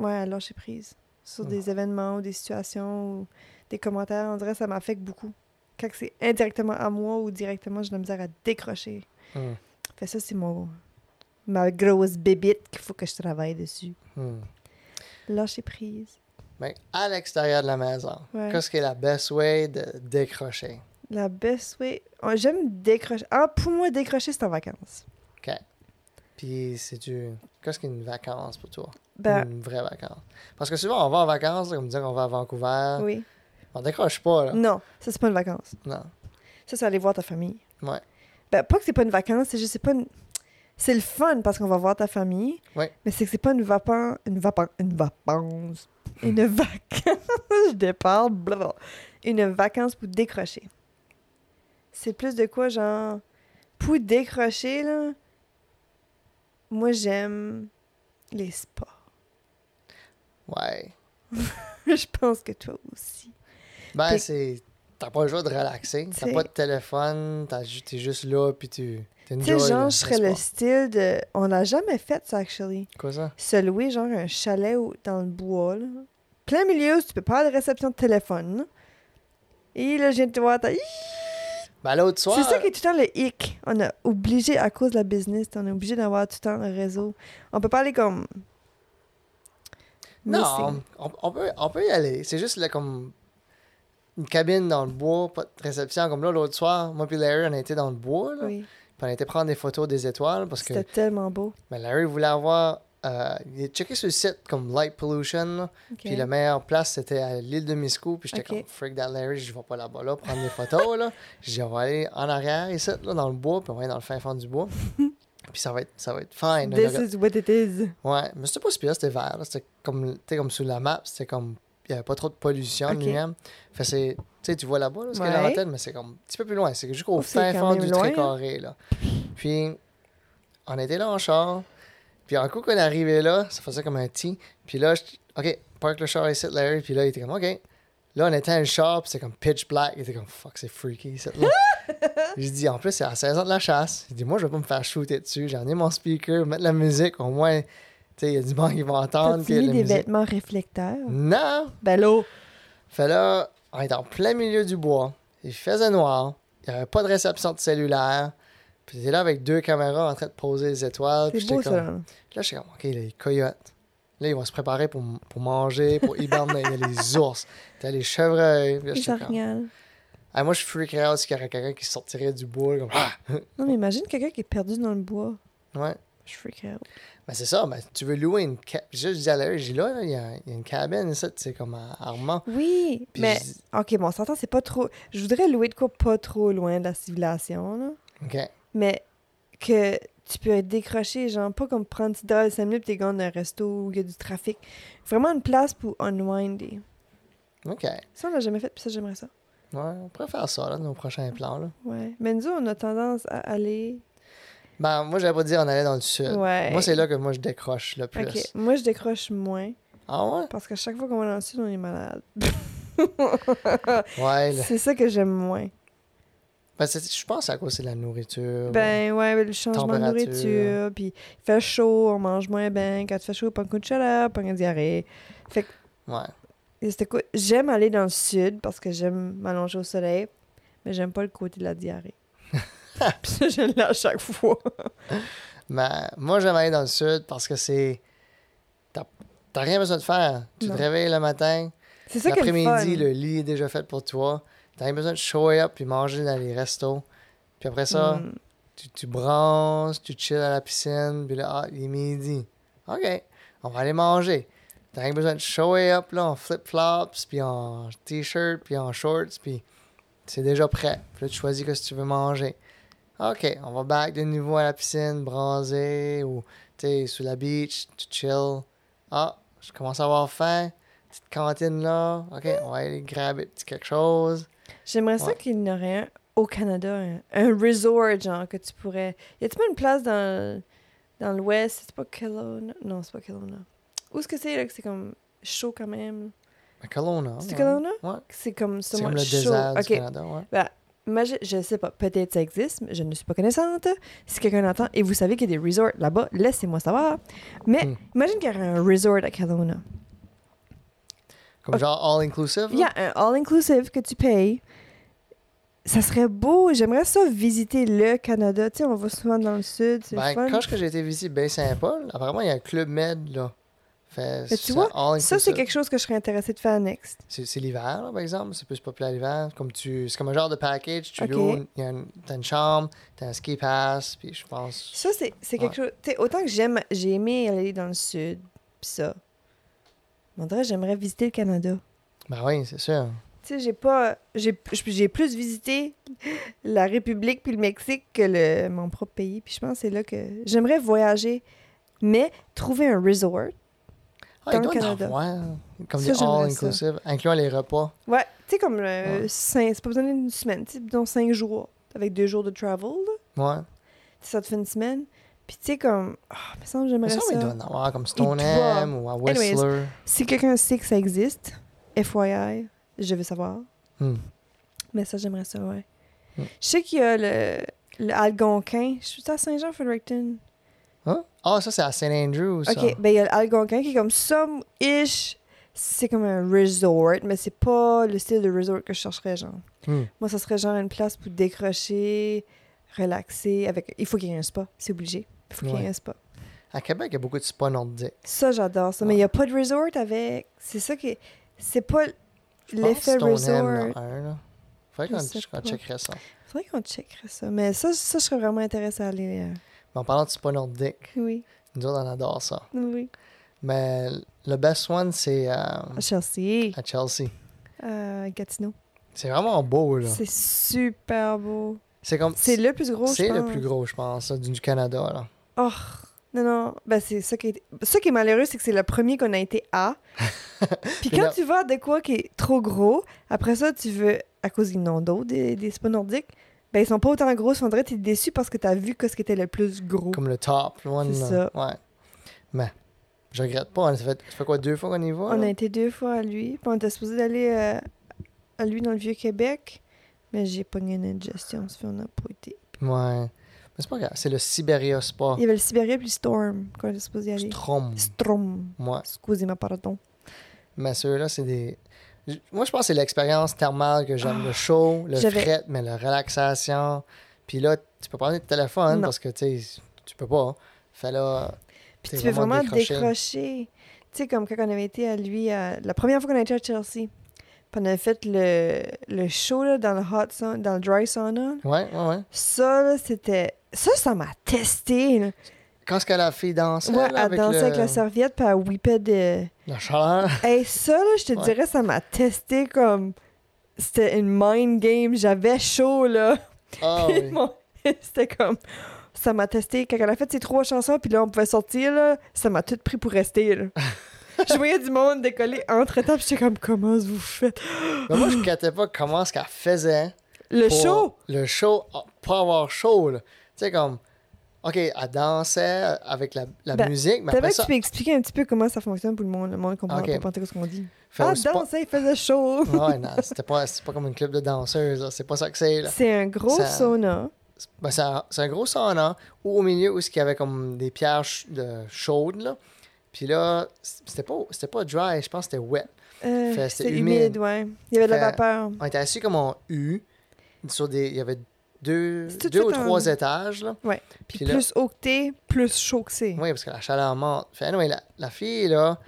Speaker 2: ouais, à lâcher prise sur
Speaker 1: Mm.
Speaker 2: des événements ou des situations ou des commentaires. On dirait que ça m'affecte beaucoup. Quand c'est indirectement à moi ou directement, j'ai de la misère à décrocher.
Speaker 1: Hmm,
Speaker 2: Fait ça, c'est mon ma grosse bébite qu'il faut que je travaille dessus.
Speaker 1: hmm.
Speaker 2: Lâcher prise.
Speaker 1: Mais à l'extérieur de la maison,
Speaker 2: Ouais.
Speaker 1: qu'est-ce qui est la best way de décrocher?
Speaker 2: La best way. Oh, J'aime décrocher. Ah, pour moi, décrocher, c'est en vacances.
Speaker 1: Puis c'est tu Qu'est-ce qu'une vacance pour toi?
Speaker 2: Ben,
Speaker 1: Une vraie vacance. Parce que souvent, on va en vacances, comme dire qu'on va à Vancouver.
Speaker 2: oui.
Speaker 1: On décroche pas, là.
Speaker 2: Non, ça, c'est pas une vacance.
Speaker 1: Non.
Speaker 2: Ça, c'est aller voir ta famille.
Speaker 1: Ouais.
Speaker 2: Ben, pas que c'est pas une vacance, c'est juste c'est pas une... C'est le fun parce qu'on va voir ta famille.
Speaker 1: Ouais.
Speaker 2: Mais c'est que c'est pas une vapance. Une vapance. Une vapance. Une
Speaker 1: Hmm.
Speaker 2: vacance. Je déparle. blablabla. Une vacance pour décrocher. C'est plus de quoi, genre. Pour décrocher, là. Moi, j'aime les sports.
Speaker 1: Ouais.
Speaker 2: Je pense que toi aussi.
Speaker 1: Ben,
Speaker 2: Puis-
Speaker 1: c'est. T'as pas le choix de relaxer. T'as
Speaker 2: T'sais.
Speaker 1: pas de téléphone. t'as ju- T'es juste là, puis tu. t'es
Speaker 2: Tu sais,
Speaker 1: enjoy,
Speaker 2: genre,
Speaker 1: là,
Speaker 2: je serais
Speaker 1: le
Speaker 2: le
Speaker 1: sport.
Speaker 2: style de. On n'a jamais fait ça, actually.
Speaker 1: Quoi ça?
Speaker 2: Se louer, genre, un chalet au- dans le bois, là. Plein milieu, où tu peux pas avoir de réception de téléphone. là. Et là, je viens de te voir. t'as- Hi!
Speaker 1: Ben, l'autre soir.
Speaker 2: C'est ça qui est tout le temps le hic. On a obligé, à cause de la business, on est obligé d'avoir tout le temps le réseau. On peut pas aller comme.
Speaker 1: Non,
Speaker 2: Missing.
Speaker 1: on, on peut, on peut y aller. C'est juste là, comme une cabine dans le bois, pas de réception. Comme là, l'autre soir, moi puis Larry, on a été dans le bois. Là,
Speaker 2: Oui.
Speaker 1: Puis on a été prendre des photos des étoiles parce que
Speaker 2: C'était tellement beau.
Speaker 1: ben, Larry voulait avoir. euh, il a checké sur le site comme Light Pollution. là,
Speaker 2: Ok.
Speaker 1: Puis la meilleure place, c'était à l'île de Miscou. Puis j'étais
Speaker 2: Ok.
Speaker 1: comme freak that Larry, je vais pas là-bas là, prendre des photos. là. J'ai dit, on va aller en arrière ici, là, dans le bois, puis on va aller dans le fin fond du bois. puis ça va être, ça va être fine. là.
Speaker 2: This is what it is.
Speaker 1: Ouais, mais c'était pas si pire, c'était vert. là. C'était comme, t'sais, comme sous la map, c'était comme. Il n'y avait pas trop de pollution,
Speaker 2: Ok.
Speaker 1: ni rien. Fait que c'est. Tu sais, tu vois là-bas, là, ce qu'il y a
Speaker 2: Ouais.
Speaker 1: dans la tête, mais c'est comme un petit peu plus loin. C'est jusqu'au
Speaker 2: Oh, c'est
Speaker 1: fin
Speaker 2: quand
Speaker 1: fond
Speaker 2: même
Speaker 1: du
Speaker 2: loin,
Speaker 1: très carré, là. Puis, on était là en char. Puis, un coup qu'on est arrivé là, ça faisait comme un petit. Puis là, je- OK, park le char ici, Larry. Puis là, il était comme, OK. Là, on éteint le char, puis c'est comme pitch black. Il était comme, fuck, c'est freaky, ici, là. J'ai dit, en plus, c'est la saison de la chasse. J'ai dit, moi, je vais pas me faire shooter dessus. J'en ai mon speaker, mettre la musique. Au moins, tu sais, il y a du monde qui va entendre.
Speaker 2: T'as-tu
Speaker 1: qu'il y a de la
Speaker 2: mis des
Speaker 1: musique.
Speaker 2: vêtements réflecteurs?
Speaker 1: Non!
Speaker 2: Ben l'eau.
Speaker 1: Fait là, on est en plein milieu du bois. Il faisait noir. Il n'y avait pas de réception de cellulaire. Puis j'étais là avec deux caméras en train de poser les étoiles. Ah, Puis
Speaker 2: C'est
Speaker 1: j'étais
Speaker 2: beau,
Speaker 1: comme...
Speaker 2: ça. là.
Speaker 1: Là, j'étais comme, OK, les coyotes. Là, ils vont se préparer pour, pour manger, pour hiberner. Il y a les ours. T'as les chevreuils. Puis là,
Speaker 2: Les
Speaker 1: j'étais comme...
Speaker 2: organes.
Speaker 1: Ah, moi, je freakerais aussi qu'il y aurait quelqu'un qui sortirait du bois. Comme... Ah!
Speaker 2: Non, mais imagine quelqu'un qui est perdu dans le bois.
Speaker 1: Ouais.
Speaker 2: Je freak out.
Speaker 1: Ben c'est ça, ben, tu veux louer une cabine. Je dis à Larry, je dis là, là, il y, a il y a une cabine, ça, tu sais, comme à Armand.
Speaker 2: Oui,
Speaker 1: Puis
Speaker 2: mais
Speaker 1: je dis-
Speaker 2: ok, bon, on s'entend, c'est pas trop. Je voudrais louer de quoi pas trop loin de la civilisation, là.
Speaker 1: OK.
Speaker 2: Mais que tu peux être décroché, genre, pas comme prendre 10 dollars et 5 minutes et t'es dans un resto où il y a du trafic. Vraiment une place pour unwinder.
Speaker 1: OK.
Speaker 2: Ça, on l'a jamais fait, puis ça, j'aimerais ça.
Speaker 1: Ouais, on pourrait faire ça, là, dans nos prochains plans, là.
Speaker 2: Ouais. Mais nous, on a tendance à aller.
Speaker 1: Ben, moi, j'avais pas dit on allait dans le sud.
Speaker 2: Ouais.
Speaker 1: Euh, Moi, c'est là que moi, je décroche le plus.
Speaker 2: Ok, moi, je décroche moins.
Speaker 1: Ah ouais?
Speaker 2: Parce qu'à chaque fois qu'on va dans le sud, on est malade.
Speaker 1: Ouais. le-
Speaker 2: c'est ça que j'aime moins.
Speaker 1: Ben, c'est- je pense à quoi c'est de la nourriture.
Speaker 2: Ben ouais, le changement de
Speaker 1: Température.
Speaker 2: nourriture, puis il fait chaud, on mange moins bien. Quand il fait chaud, pas un coup de chaleur, pas de diarrhée.
Speaker 1: Ouais.
Speaker 2: Et c'était quoi? J'aime aller dans le sud parce que j'aime m'allonger au soleil, mais j'aime pas le côté de la diarrhée. Puis ça, je l'ai à chaque fois.
Speaker 1: Ben, moi, j'aime aller dans le sud parce que c'est. T'as t'as rien besoin de faire. Tu
Speaker 2: Non.
Speaker 1: te réveilles le matin,
Speaker 2: C'est ça qui est le fun.
Speaker 1: L'après-midi, le lit est déjà fait pour toi. T'as rien besoin de show up puis manger dans les restos. Puis après ça,
Speaker 2: Mm.
Speaker 1: tu, tu bronzes, tu chill à la piscine, puis là, ah, il est midi. OK, on va aller manger. T'as rien besoin de show up, là, en flip-flops, puis en t-shirt, puis en shorts, puis c'est déjà prêt. Puis là, tu choisis ce que tu veux manger. OK, on va back de nouveau à la piscine, bronzer, ou, tu sais, sous la beach, tu chill. Ah, je commence à avoir faim. Petite cantine là. OK, on va aller grabber petit quelque chose.
Speaker 2: J'aimerais ça
Speaker 1: Ouais.
Speaker 2: qu'il y en aurait un au Canada, un, un resort, genre, que tu pourrais... Y a-t-il pas une place dans, dans l'Ouest? C'est pas Kelowna? Non, c'est pas Kelowna. Où est-ce que c'est, là, que c'est comme chaud quand même?
Speaker 1: Ben, Kelowna.
Speaker 2: C'est
Speaker 1: ouais.
Speaker 2: Kelowna?
Speaker 1: Ouais.
Speaker 2: Que C'est comme
Speaker 1: C'est
Speaker 2: sûrement
Speaker 1: comme le
Speaker 2: chaud.
Speaker 1: désert du
Speaker 2: OK,
Speaker 1: Canada, ouais.
Speaker 2: Moi, je, je sais pas. Peut-être ça existe, mais je ne suis pas connaissante. Si quelqu'un l'entend et vous savez qu'il y a des resorts là-bas, laissez-moi savoir. Mais
Speaker 1: Hmm.
Speaker 2: imagine qu'il y aurait un resort à Kelowna.
Speaker 1: Comme
Speaker 2: Ok.
Speaker 1: genre all-inclusive.
Speaker 2: Il y
Speaker 1: là.
Speaker 2: a un all-inclusive que tu payes. Ça serait beau. J'aimerais ça visiter le Canada. Tu sais, on va souvent dans le sud. C'est
Speaker 1: Ben,
Speaker 2: fun.
Speaker 1: quand je- que j'ai été visiter Baie-Saint-Paul, apparemment, il y a un club med, là. Fait,
Speaker 2: Mais tu vois, Ça, c'est quelque chose que je serais intéressée de faire next.
Speaker 1: C'est c'est l'hiver, là, par exemple. C'est plus populaire l'hiver. Comme tu... C'est comme un genre de package. Tu
Speaker 2: Ok.
Speaker 1: loues, il y a une- t'as une chambre, t'as un ski pass, puis je pense...
Speaker 2: Ça, c'est c'est quelque chose. Tu sais, autant que j'aime, j'ai aimé aller dans le sud, pis ça. Mais on dirait que j'aimerais visiter le Canada.
Speaker 1: Ben oui, c'est sûr.
Speaker 2: Tu sais, j'ai pas. J'ai j'ai plus visité la République puis le Mexique que le, mon propre pays. Puis je pense que c'est là que. J'aimerais voyager, mais trouver un resort.
Speaker 1: Ah,
Speaker 2: Dans
Speaker 1: il
Speaker 2: le
Speaker 1: doit y en
Speaker 2: Canada.
Speaker 1: avoir, Comme
Speaker 2: Ça,
Speaker 1: des
Speaker 2: j'aimerais ça.
Speaker 1: all-inclusive, incluant les repas.
Speaker 2: Ouais, tu sais, comme. euh,
Speaker 1: Ouais.
Speaker 2: cinq- C'est pas besoin d'une semaine, tu sais, disons cinq jours, avec deux jours de travel. là.
Speaker 1: Ouais.
Speaker 2: Tu sais, ça te fait une semaine. Puis tu sais, comme. Ah, il me semble que j'aimerais
Speaker 1: Mais ça,
Speaker 2: ça.
Speaker 1: il doit en avoir comme Stoneham
Speaker 2: doit.
Speaker 1: ou à
Speaker 2: Anyways.
Speaker 1: Whistler.
Speaker 2: Si quelqu'un sait que ça existe, FYI, je veux savoir.
Speaker 1: Hmm.
Speaker 2: Mais ça, j'aimerais ça, ouais.
Speaker 1: Mm.
Speaker 2: Je sais qu'il y a le, le Algonquin. Je suis à Saint-Jean-Fredericton.
Speaker 1: Hein? Ah, ça, c'est à St. Andrew, ça.
Speaker 2: Ok, ben il y a le Algonquin qui est comme some-ish. C'est comme un resort, mais c'est pas le style de resort que je chercherais, genre.
Speaker 1: Hmm.
Speaker 2: Moi, ça serait genre une place pour décrocher, relaxer. Avec... Il faut qu'il y ait un spa, c'est obligé. Il faut qu'il y ait
Speaker 1: Ouais.
Speaker 2: un spa.
Speaker 1: À Québec, il y a beaucoup de spas nordiques.
Speaker 2: Ça, j'adore ça. Mais il n'y a pas de resort avec. C'est ça qui. est- C'est pas
Speaker 1: Je pense
Speaker 2: l'effet
Speaker 1: que si on aime, il y en
Speaker 2: resort.
Speaker 1: a un, là. Faudrait
Speaker 2: Je
Speaker 1: qu'on
Speaker 2: sais
Speaker 1: qu'on
Speaker 2: pas.
Speaker 1: checkerait ça.
Speaker 2: Faudrait qu'on checkerait ça. Mais ça, ça, je serais vraiment intéressée à aller. euh,
Speaker 1: Mais en parlant de spas nordiques,
Speaker 2: Oui,
Speaker 1: nous autres, on adore ça.
Speaker 2: oui.
Speaker 1: Mais le best one, c'est euh,
Speaker 2: À Chelsea,
Speaker 1: à Chelsea.
Speaker 2: à Gatineau.
Speaker 1: C'est vraiment beau, là.
Speaker 2: C'est super beau.
Speaker 1: C'est comme...
Speaker 2: C'est le plus gros, je
Speaker 1: C'est le
Speaker 2: pense.
Speaker 1: plus gros, je pense, là, du du Canada, là.
Speaker 2: Oh, non, non. Ben, c'est ça qui est... Ça qui est malheureux, c'est que c'est le premier qu'on a été à. Puis
Speaker 1: Mais
Speaker 2: quand
Speaker 1: là-
Speaker 2: tu vas à de quoi qui est trop gros, après ça, tu veux... À cause qu'ils n'ont d'autres, des, des spas nordiques, ben, ils sont pas autant gros. On dirait que t'es déçu parce que t'as vu que ce qui était le plus gros.
Speaker 1: Comme le top one,
Speaker 2: C'est
Speaker 1: là. Ouais. Mais je regrette pas. on- Ça fait, ça fait quoi, deux fois qu'on y va?
Speaker 2: On
Speaker 1: là?
Speaker 2: a été deux fois à lui. Puis on était supposé d'aller euh, à lui dans le Vieux-Québec. Mais j'ai pogné une indigestion, ça fait qu'on n'a pas été.
Speaker 1: Ouais. Mais c'est pas grave. C'est le Siberia Spa.
Speaker 2: Il y avait le Sibéria puis le Storm qu'on était supposé y aller.
Speaker 1: Strom.
Speaker 2: Storm.
Speaker 1: Ouais.
Speaker 2: Excusez-moi, pardon.
Speaker 1: Mais ceux-là, c'est des. J- Moi, je pense que c'est l'expérience thermale que j'aime. le chaud, le
Speaker 2: Ah, j'avais-
Speaker 1: fret, mais la relaxation. Puis là, tu peux pas prendre ton téléphone
Speaker 2: Non.
Speaker 1: parce que, tu sais, tu peux pas. Fait là.
Speaker 2: Puis
Speaker 1: T'es
Speaker 2: tu peux
Speaker 1: vraiment
Speaker 2: vraiment
Speaker 1: décroché.
Speaker 2: décrocher. Tu sais, comme quand on avait été à lui, à- la première fois qu'on a été à Chelsea, puis on avait fait le, le show là, dans le hot sauna, dans le dry sauna.
Speaker 1: Ouais, ouais, ouais.
Speaker 2: Ça, là, c'était. Ça, ça m'a testé. là.
Speaker 1: Quand ce que la fille dansait
Speaker 2: Ouais,
Speaker 1: là,
Speaker 2: à
Speaker 1: avec,
Speaker 2: danser
Speaker 1: le-
Speaker 2: avec la serviette, puis à whipper de.
Speaker 1: la chaleur.
Speaker 2: Hey, ça, là, je te
Speaker 1: Ouais.
Speaker 2: dirais, ça m'a testé comme. C'était une mind game. J'avais chaud, là.
Speaker 1: Ah oui.
Speaker 2: Mon- C'était comme. Ça m'a testé. Quand elle a fait ces trois chansons, puis là, on pouvait sortir, là, ça m'a tout pris pour rester, là. je voyais du monde décoller entre temps, puis j'étais comme, comment vous faites?
Speaker 1: Mais moi, je captais pas comment ce qu'elle faisait.
Speaker 2: Le
Speaker 1: pour
Speaker 2: show!
Speaker 1: Le show, ah, pas avoir chaud, là. Tu sais, comme, OK, elle dansait avec la, la
Speaker 2: Ben,
Speaker 1: musique, mais
Speaker 2: T'avais
Speaker 1: après
Speaker 2: que
Speaker 1: ça,
Speaker 2: tu m'expliquer un petit peu comment ça fonctionne pour le monde. Le monde comprend
Speaker 1: Ok.
Speaker 2: pas pas tout ce qu'on dit.
Speaker 1: fait
Speaker 2: Ah,
Speaker 1: au spa-
Speaker 2: danse, il faisait chaud!
Speaker 1: Ouais, non, c'était pas, c'était pas comme une clip de danseuse, là. c'est pas ça que c'est. là.
Speaker 2: C'est un gros
Speaker 1: Ça-
Speaker 2: sauna.
Speaker 1: C'est- ben, c'est un, c'est un gros sauna où au milieu, où il y avait comme des pierres ch- de chaudes, là. Puis là, c'était pas, c'était pas dry, je pense que c'était wet.
Speaker 2: Euh,
Speaker 1: Fait, c'était
Speaker 2: C'était humide.
Speaker 1: humide.
Speaker 2: ouais. Il y avait de la
Speaker 1: Fait-
Speaker 2: vapeur.
Speaker 1: On était assis comme en U, sur des, il y avait deux,
Speaker 2: C'est tout de
Speaker 1: deux ou
Speaker 2: suite en-
Speaker 1: trois étages, là.
Speaker 2: Puis,
Speaker 1: Puis là-
Speaker 2: plus haut que t'es, plus chaud que c'est.
Speaker 1: Oui, parce que la chaleur monte. Fait, anyway, la, la fille, là,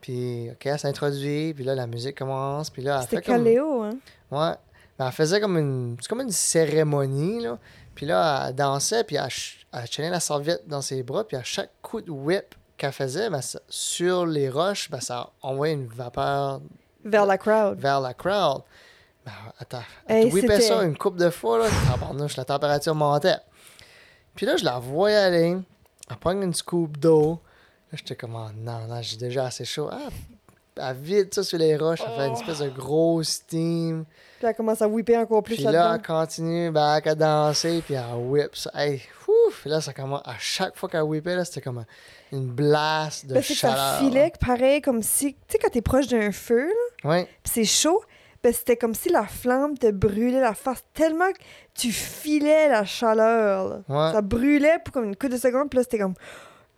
Speaker 1: puis, OK, elle s'introduit, puis là, la musique commence, puis là, elle
Speaker 2: C'était
Speaker 1: fait comme...
Speaker 2: Caléo, hein?
Speaker 1: Ouais. Mais elle faisait comme une... C'est comme une cérémonie, là. Puis là, elle dansait, puis elle, ch- elle tenait la serviette dans ses bras, puis à chaque coup de whip qu'elle faisait, ben, ça- sur les roches, ben, ça envoyait une vapeur
Speaker 2: Vers la crowd.
Speaker 1: vers la crowd. Ben, attends, elle
Speaker 2: Hey,
Speaker 1: te whippait
Speaker 2: c'était-
Speaker 1: ça une coupe de fois, là. Tabarnouche, la température montait. Puis là, je la voyais aller. Elle prend une scoop d'eau. Là, j'étais comme, oh, non, non, j'ai déjà assez chaud. Ah, elle vide ça sur les roches. Elle fait une
Speaker 2: Oh.
Speaker 1: espèce de gros steam.
Speaker 2: Puis elle commence à whipper encore plus
Speaker 1: Puis là,
Speaker 2: là-dedans.
Speaker 1: elle continue back à danser, puis elle whip ça. Hey, ouf! Là, ça commence. À chaque fois qu'elle whippait, là, c'était comme une blast de
Speaker 2: Ben, c'est que ça
Speaker 1: chaleur.
Speaker 2: filait pareil, comme si. Tu sais, quand t'es proche d'un feu, là,
Speaker 1: Ouais.
Speaker 2: puis c'est chaud, ben, c'était comme si la flamme te brûlait la face tellement que tu filais la chaleur. là.
Speaker 1: Ouais.
Speaker 2: Ça brûlait pour comme une coupe de seconde, puis là, c'était comme.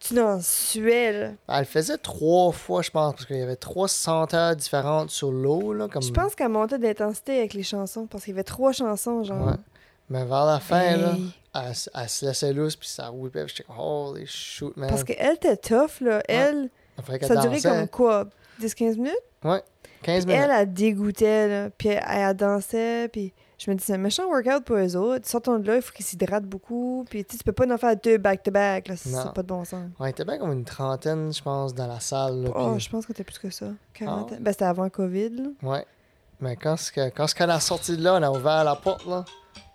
Speaker 2: Tu n'en suais, là.
Speaker 1: Elle le faisait trois fois, je pense, parce qu'il y avait trois senteurs différentes sur l'eau. là, Comme...
Speaker 2: Je pense qu'elle montait d'intensité avec les chansons, parce qu'il y avait trois chansons, genre.
Speaker 1: Ouais. Mais vers la fin, là,
Speaker 2: Hey.
Speaker 1: elle, s- elle se laissait loose, puis ça whippait. puis J'étais comme, holy shoot, man.
Speaker 2: Parce qu'elle était tough, là. Elle,
Speaker 1: Il fallait qu'elle
Speaker 2: ça durait
Speaker 1: dansait.
Speaker 2: comme quoi 10-15 minutes?
Speaker 1: 15
Speaker 2: Puis
Speaker 1: minutes.
Speaker 2: elle, elle dégoûtait, là. Puis elle, elle dansait, puis je me dis, c'est un méchant workout pour eux autres. Ils sortent de là, il faut qu'ils s'hydratent beaucoup. Puis tu sais, tu peux pas en faire deux back-to-back, là. Ça,
Speaker 1: Non.
Speaker 2: Ça n'a pas de bon sens.
Speaker 1: On était bien comme une trentaine, je pense, dans la salle. là,
Speaker 2: Oh,
Speaker 1: puis-
Speaker 2: je pense que t'es plus que ça.
Speaker 1: Ah
Speaker 2: 40
Speaker 1: ouais?
Speaker 2: Ben, c'était avant Covid, là.
Speaker 1: Ouais. Mais quand, ce que, quand ce qu'elle a sorti de là, on a ouvert la porte, là.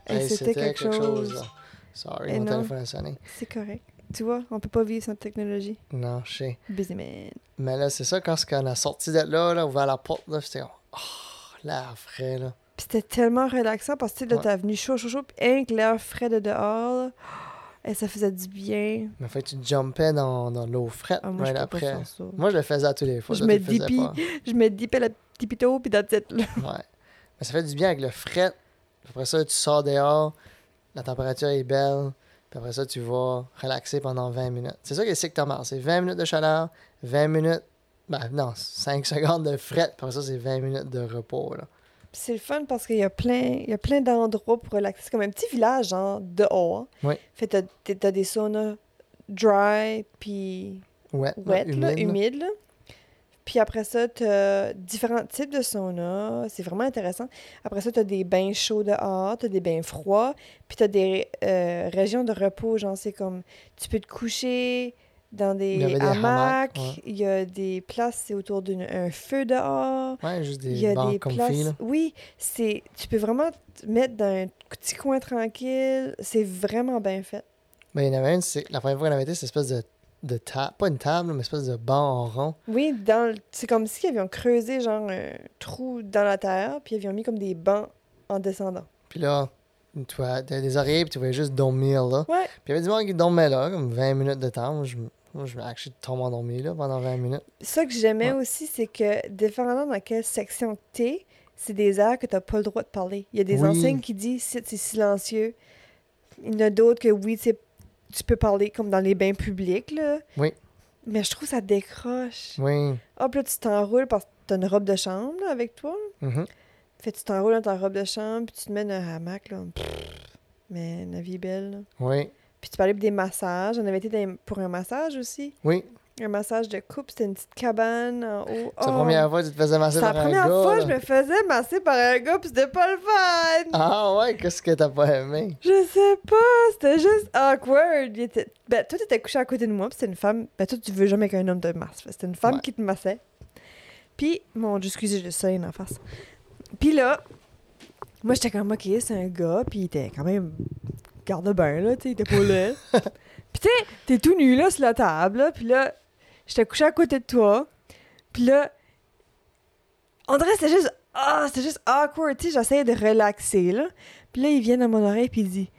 Speaker 2: Et
Speaker 1: Hey,
Speaker 2: c'était quelque, chose.
Speaker 1: là. Sorry,
Speaker 2: Eh
Speaker 1: mon
Speaker 2: non.
Speaker 1: téléphone a sonné.
Speaker 2: C'est correct. Tu vois, on peut pas vivre sans technologie.
Speaker 1: Non, je sais.
Speaker 2: Busy man.
Speaker 1: Mais là, c'est ça, quand ce qu'on a sorti de là, là, ouvert la porte, là, c'était comme, oh, l'air frais, là.
Speaker 2: Puis c'était tellement relaxant parce que tu sais, là,
Speaker 1: Ouais.
Speaker 2: t'as venu chaud, chaud, chaud. Puis rien que l'air frais de dehors, là, Oh, et ça faisait du bien.
Speaker 1: Mais fait, tu jumpais dans, dans l'eau frette,
Speaker 2: Ah, moi,
Speaker 1: right
Speaker 2: je peux
Speaker 1: après.
Speaker 2: pas faire ça.
Speaker 1: Moi, je le faisais à tous les fois.
Speaker 2: Je
Speaker 1: toi,
Speaker 2: me
Speaker 1: tu le faisais
Speaker 2: dépie. Je me dipais la petite pito, puis that's it, là.
Speaker 1: pas. Ouais. Mais ça fait du bien avec le fret, Après ça, tu sors dehors, la température est belle, puis après ça, tu vas relaxer pendant 20 minutes. C'est ça que c'est que t'en C'est 20 minutes de chaleur, 20 minutes, ben non, 5 secondes de fret, puis après ça, c'est 20 minutes de repos. Là.
Speaker 2: Puis c'est le fun parce qu'il y a plein, il y a plein d'endroits pour relaxer. C'est comme un petit village, genre, dehors.
Speaker 1: Oui.
Speaker 2: Fait que t'as- t'as t'as des saunas dry, puis
Speaker 1: Ouais, non,
Speaker 2: wet, là,
Speaker 1: humide, là.
Speaker 2: humide. là. Puis après ça, t'as différents types de sauna. C'est vraiment intéressant. Après ça, t'as des bains chauds dehors, t'as des bains froids, puis t'as des euh, régions de repos. Genre, c'est comme, tu peux te coucher dans des,
Speaker 1: Il y avait des hamacs,
Speaker 2: hamacs.
Speaker 1: ouais.
Speaker 2: Il y a des places, c'est autour d'un feu dehors.
Speaker 1: Ouais, juste
Speaker 2: Il y a
Speaker 1: des
Speaker 2: des
Speaker 1: bancs comfy.
Speaker 2: places.
Speaker 1: là.
Speaker 2: Oui, c'est, tu peux vraiment te mettre dans un petit coin tranquille. C'est vraiment bien fait.
Speaker 1: Ben, il y en avait une, c'est la première fois qu'on avait été, c'est une espèce de, de table, pas une table, mais une espèce de banc en rond.
Speaker 2: Oui, dans le- c'est comme s'ils avaient creusé genre un trou dans la terre, puis ils avaient mis comme des bancs en descendant.
Speaker 1: Puis là, tu vois, t'avais des oreillers, puis tu voyais juste dormir là.
Speaker 2: Ouais.
Speaker 1: Puis il y avait du monde qui dormait là, comme 20 minutes de temps. Moi, je, moi, je me actually, tombe endormi là pendant 20 minutes.
Speaker 2: Ça que j'aimais
Speaker 1: Ouais.
Speaker 2: aussi, c'est que dépendamment dans quelle section t'es, c'est des airs que t'as pas le droit de parler. Il y a des
Speaker 1: Oui.
Speaker 2: enseignes qui disent c'est c'est silencieux. Il y en a d'autres que oui, tu sais, tu peux parler comme dans les bains publics, là.
Speaker 1: Oui.
Speaker 2: Mais je trouve que ça décroche.
Speaker 1: Oui.
Speaker 2: Hop, Ah, là, tu t'enroules parce que t'as une robe de chambre là, avec toi.
Speaker 1: Mhm.
Speaker 2: Fait que tu t'enroules dans ta robe de chambre, puis tu te mets dans un hamac, là. Pfff. Mais la vie est belle, là.
Speaker 1: Oui.
Speaker 2: Puis tu parlais des massages. On avait été dans- pour un massage aussi.
Speaker 1: Oui.
Speaker 2: Un massage de couple. C'était une petite cabane en haut.
Speaker 1: C'est la
Speaker 2: Oh!
Speaker 1: première fois que tu te faisais masser
Speaker 2: C'est
Speaker 1: par
Speaker 2: la
Speaker 1: un gars.
Speaker 2: première fois que
Speaker 1: là.
Speaker 2: je me faisais masser par un gars, puis c'était pas le fun!
Speaker 1: Ah ouais, qu'est-ce que t'as pas aimé?
Speaker 2: Je sais pas, c'était juste awkward. Il était- Ben, toi, t'étais couché à côté de moi, puis c'était une femme. Ben, toi, tu veux jamais qu'un homme te masse. Fait que C'était une femme
Speaker 1: Ouais.
Speaker 2: qui te massait. Puis, mon Dieu, excusez, j'ai le soleil en face. Puis là, moi, j'étais comme, ok, c'est un gars, puis il était quand même garde-bain, là, tu sais, il était pas là. puis, tu sais, t'es tout nu, là, sur la table, là, puis là, j'étais couché à côté de toi, puis là, on dirait que c'était juste, ah, c'était juste awkward, tu sais, j'essayais de relaxer, là. Puis là, il vient dans mon oreille, puis il dit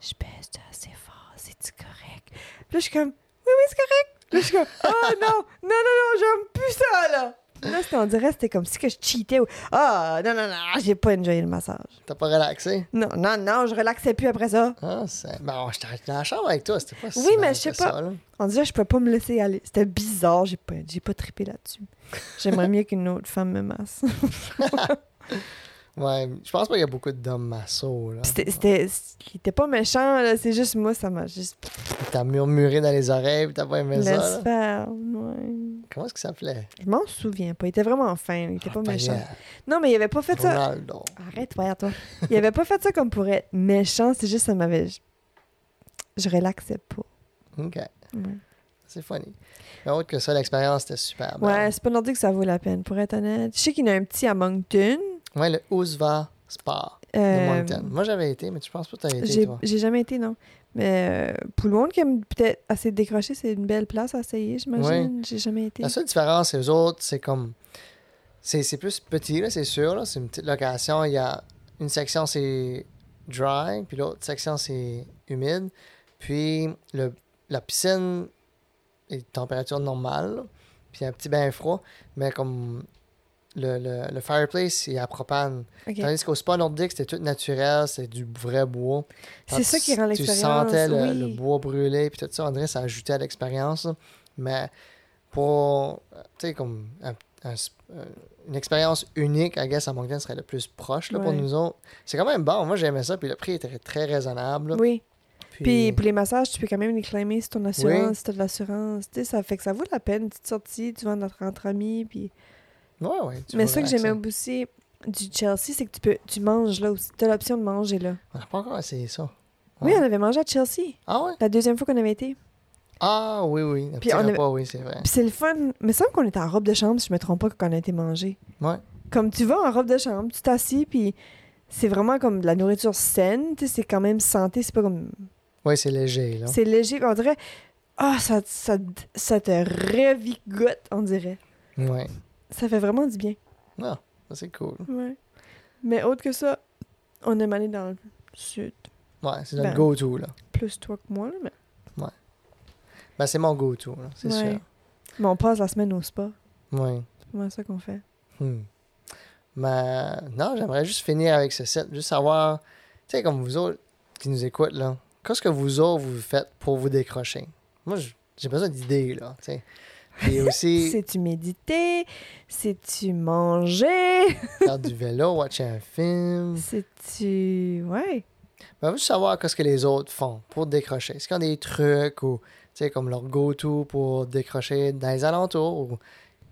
Speaker 2: Je baisse assez fort, c'est-tu correct Puis là, je suis comme Oui, oui, c'est correct. Puis là, je suis comme Oh non, non, non, non, j'aime plus ça, là. Puis Là, c'était- on dirait c'était comme si que je cheatais ou Ah, non, non, non, j'ai pas enjoyé le massage.
Speaker 1: T'as pas relaxé?
Speaker 2: Non, non, non, je relaxais plus après ça.
Speaker 1: Ah, c'est. Ben, j'étais dans la chambre avec toi, c'était pas si
Speaker 2: Oui, mais
Speaker 1: mal
Speaker 2: je sais
Speaker 1: que
Speaker 2: pas.
Speaker 1: ça, là.
Speaker 2: On dirait que je pouvais pas me laisser aller. C'était bizarre, j'ai pas, j'ai pas trippé là-dessus. J'aimerais mieux qu'une autre femme me masse. Puis
Speaker 1: Ouais, je pense pas qu'il y a beaucoup d'hommes massos, là.
Speaker 2: c'était, c'était, il était pas méchant, là, c'est juste moi, ça m'a juste.
Speaker 1: Puis T'as murmuré dans les oreilles, puis t'as pas aimé ça,
Speaker 2: Laisse
Speaker 1: là.
Speaker 2: faire, ouais.
Speaker 1: Comment est-ce qu'il s'appelait?
Speaker 2: Je m'en souviens pas. Il était vraiment fin, il était pas
Speaker 1: Ah,
Speaker 2: méchant.
Speaker 1: Pelé,
Speaker 2: Non, mais il avait pas fait ça.
Speaker 1: Ronaldo.
Speaker 2: Arrête, ouais, toi. Il avait pas fait ça comme pour être méchant, c'est juste ça m'avait. je- Je relaxais pas.
Speaker 1: OK.
Speaker 2: Ouais,
Speaker 1: C'est funny. Mais autre que ça, l'expérience était super belle.
Speaker 2: Ouais, c'est pas nordique que ça vaut la peine, pour être honnête. Je sais qu'il y en a un petit à Moncton.
Speaker 1: Ouais, le Ousva Spa de
Speaker 2: euh,
Speaker 1: Moncton. Moi, j'avais été, mais tu penses pas que t'avais été,
Speaker 2: J'ai
Speaker 1: toi?
Speaker 2: j'ai jamais été, non. Mais euh, pour le monde qui aime peut-être assez décrocher, c'est une belle place à essayer, j'imagine. J'ai jamais été.
Speaker 1: La seule différence, c'est eux autres, c'est comme. C'est c'est plus petit, là, c'est sûr. là. C'est une petite location. Il y a une section, c'est dry, puis l'autre section, c'est humide. Puis le, la piscine est température normale, là. puis un petit bain froid, mais comme. Le, le, le fireplace, il est à propane.
Speaker 2: Ok.
Speaker 1: Tandis qu'au spa nordique, c'était tout naturel, c'est du vrai bois. Quand
Speaker 2: C'est ça
Speaker 1: tu-
Speaker 2: qui rend
Speaker 1: Tu
Speaker 2: l'expérience.
Speaker 1: sentais le,
Speaker 2: oui.
Speaker 1: le bois brûlé, puis tout ça. On dirait que ça ajoutait à l'expérience. là. Mais pour, euh, tu sais, comme un- un s- euh, une expérience unique, I guess, à Moncton serait le plus proche là, pour
Speaker 2: Ouais.
Speaker 1: nous autres. C'est quand même bon. Moi, j'aimais ça. Puis le prix était très raisonnable. là.
Speaker 2: Oui. Puis pour les massages, tu peux quand même les claimer sur ton assurance,
Speaker 1: Oui.
Speaker 2: si t'as de l'assurance. Tu sais, ça fait que ça vaut la peine, une petite sortie, tu vas entre, entre amis, puis...
Speaker 1: Ouais, ouais, tu
Speaker 2: Mais
Speaker 1: vois
Speaker 2: ça que
Speaker 1: relaxer.
Speaker 2: j'aimais aussi du Chelsea, c'est que tu peux tu manges là aussi. T'as l'option de manger là.
Speaker 1: On n'a pas encore essayé ça.
Speaker 2: Oui,
Speaker 1: Ouais.
Speaker 2: on avait mangé à Chelsea,
Speaker 1: Ah ouais?
Speaker 2: la deuxième fois qu'on avait été.
Speaker 1: Ah oui, oui.
Speaker 2: Puis
Speaker 1: Puis
Speaker 2: on
Speaker 1: on
Speaker 2: avait-
Speaker 1: repas, oui, c'est vrai.
Speaker 2: Puis c'est le fun. Il me semble qu'on était en robe de chambre, si je me trompe pas, quand on a été manger.
Speaker 1: Ouais.
Speaker 2: Comme tu vas en robe de chambre, tu t'assis, puis c'est vraiment comme de la nourriture saine. Tu sais, c'est quand même santé, c'est pas comme
Speaker 1: Oui, c'est léger, là.
Speaker 2: C'est léger. On dirait. Ah, ça, ça, ça te revigote, on dirait.
Speaker 1: Ouais.
Speaker 2: Ça fait vraiment du bien.
Speaker 1: Non, ça, c'est cool.
Speaker 2: Ouais. Mais autre que ça, on aime aller dans le sud.
Speaker 1: Ouais, c'est notre
Speaker 2: Ben.
Speaker 1: go-to, là.
Speaker 2: Plus toi que moi, là, mais.
Speaker 1: Ben, c'est mon go-to, là, c'est
Speaker 2: Ouais.
Speaker 1: sûr.
Speaker 2: Mais on passe la semaine au spa.
Speaker 1: Ouais.
Speaker 2: C'est vraiment ça qu'on fait.
Speaker 1: Hmm. Mais non, j'aimerais juste finir avec ce set, juste savoir, tu sais, comme vous autres qui nous écoutent, là, qu'est-ce que vous autres vous faites pour vous décrocher? Moi, j- j'ai besoin d'idées, là, tu sais. Et aussi,
Speaker 2: Sais-tu méditer? Sais-tu manger?
Speaker 1: faire du vélo, watcher un film.
Speaker 2: Sais-tu. Ouais.
Speaker 1: Mais juste savoir qu'est-ce que les autres font pour décrocher. Est-ce qu'ils ont des trucs ou, tu sais, comme leur go-to pour décrocher dans les alentours ou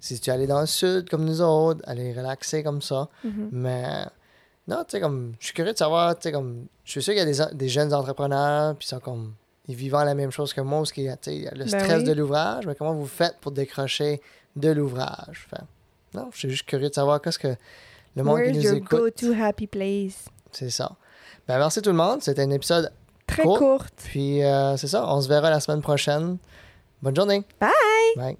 Speaker 1: si tu es allé dans le sud comme nous autres, aller relaxer comme ça.
Speaker 2: Mhm.
Speaker 1: Mais non, tu sais, comme, je suis curieux de savoir, tu sais, comme, je suis sûr qu'il y a des, en- des jeunes entrepreneurs, puis ils sont comme, ils vivent la même chose que moi, ce qui est, tu sais, il y a le
Speaker 2: Ben
Speaker 1: stress
Speaker 2: oui.
Speaker 1: de l'ouvrage, mais comment vous faites pour décrocher de l'ouvrage? Fait, non, je suis juste curieux de savoir qu'est-ce que le monde
Speaker 2: Where's
Speaker 1: qui nous
Speaker 2: your
Speaker 1: écoute,
Speaker 2: go-to happy place? c'est
Speaker 1: c'est ça. Ben, merci tout le monde, c'était un épisode,
Speaker 2: Très
Speaker 1: Cool.
Speaker 2: courte.
Speaker 1: puis euh, c'est ça, on se verra la semaine prochaine. Bonne journée!
Speaker 2: Bye!
Speaker 1: Bye!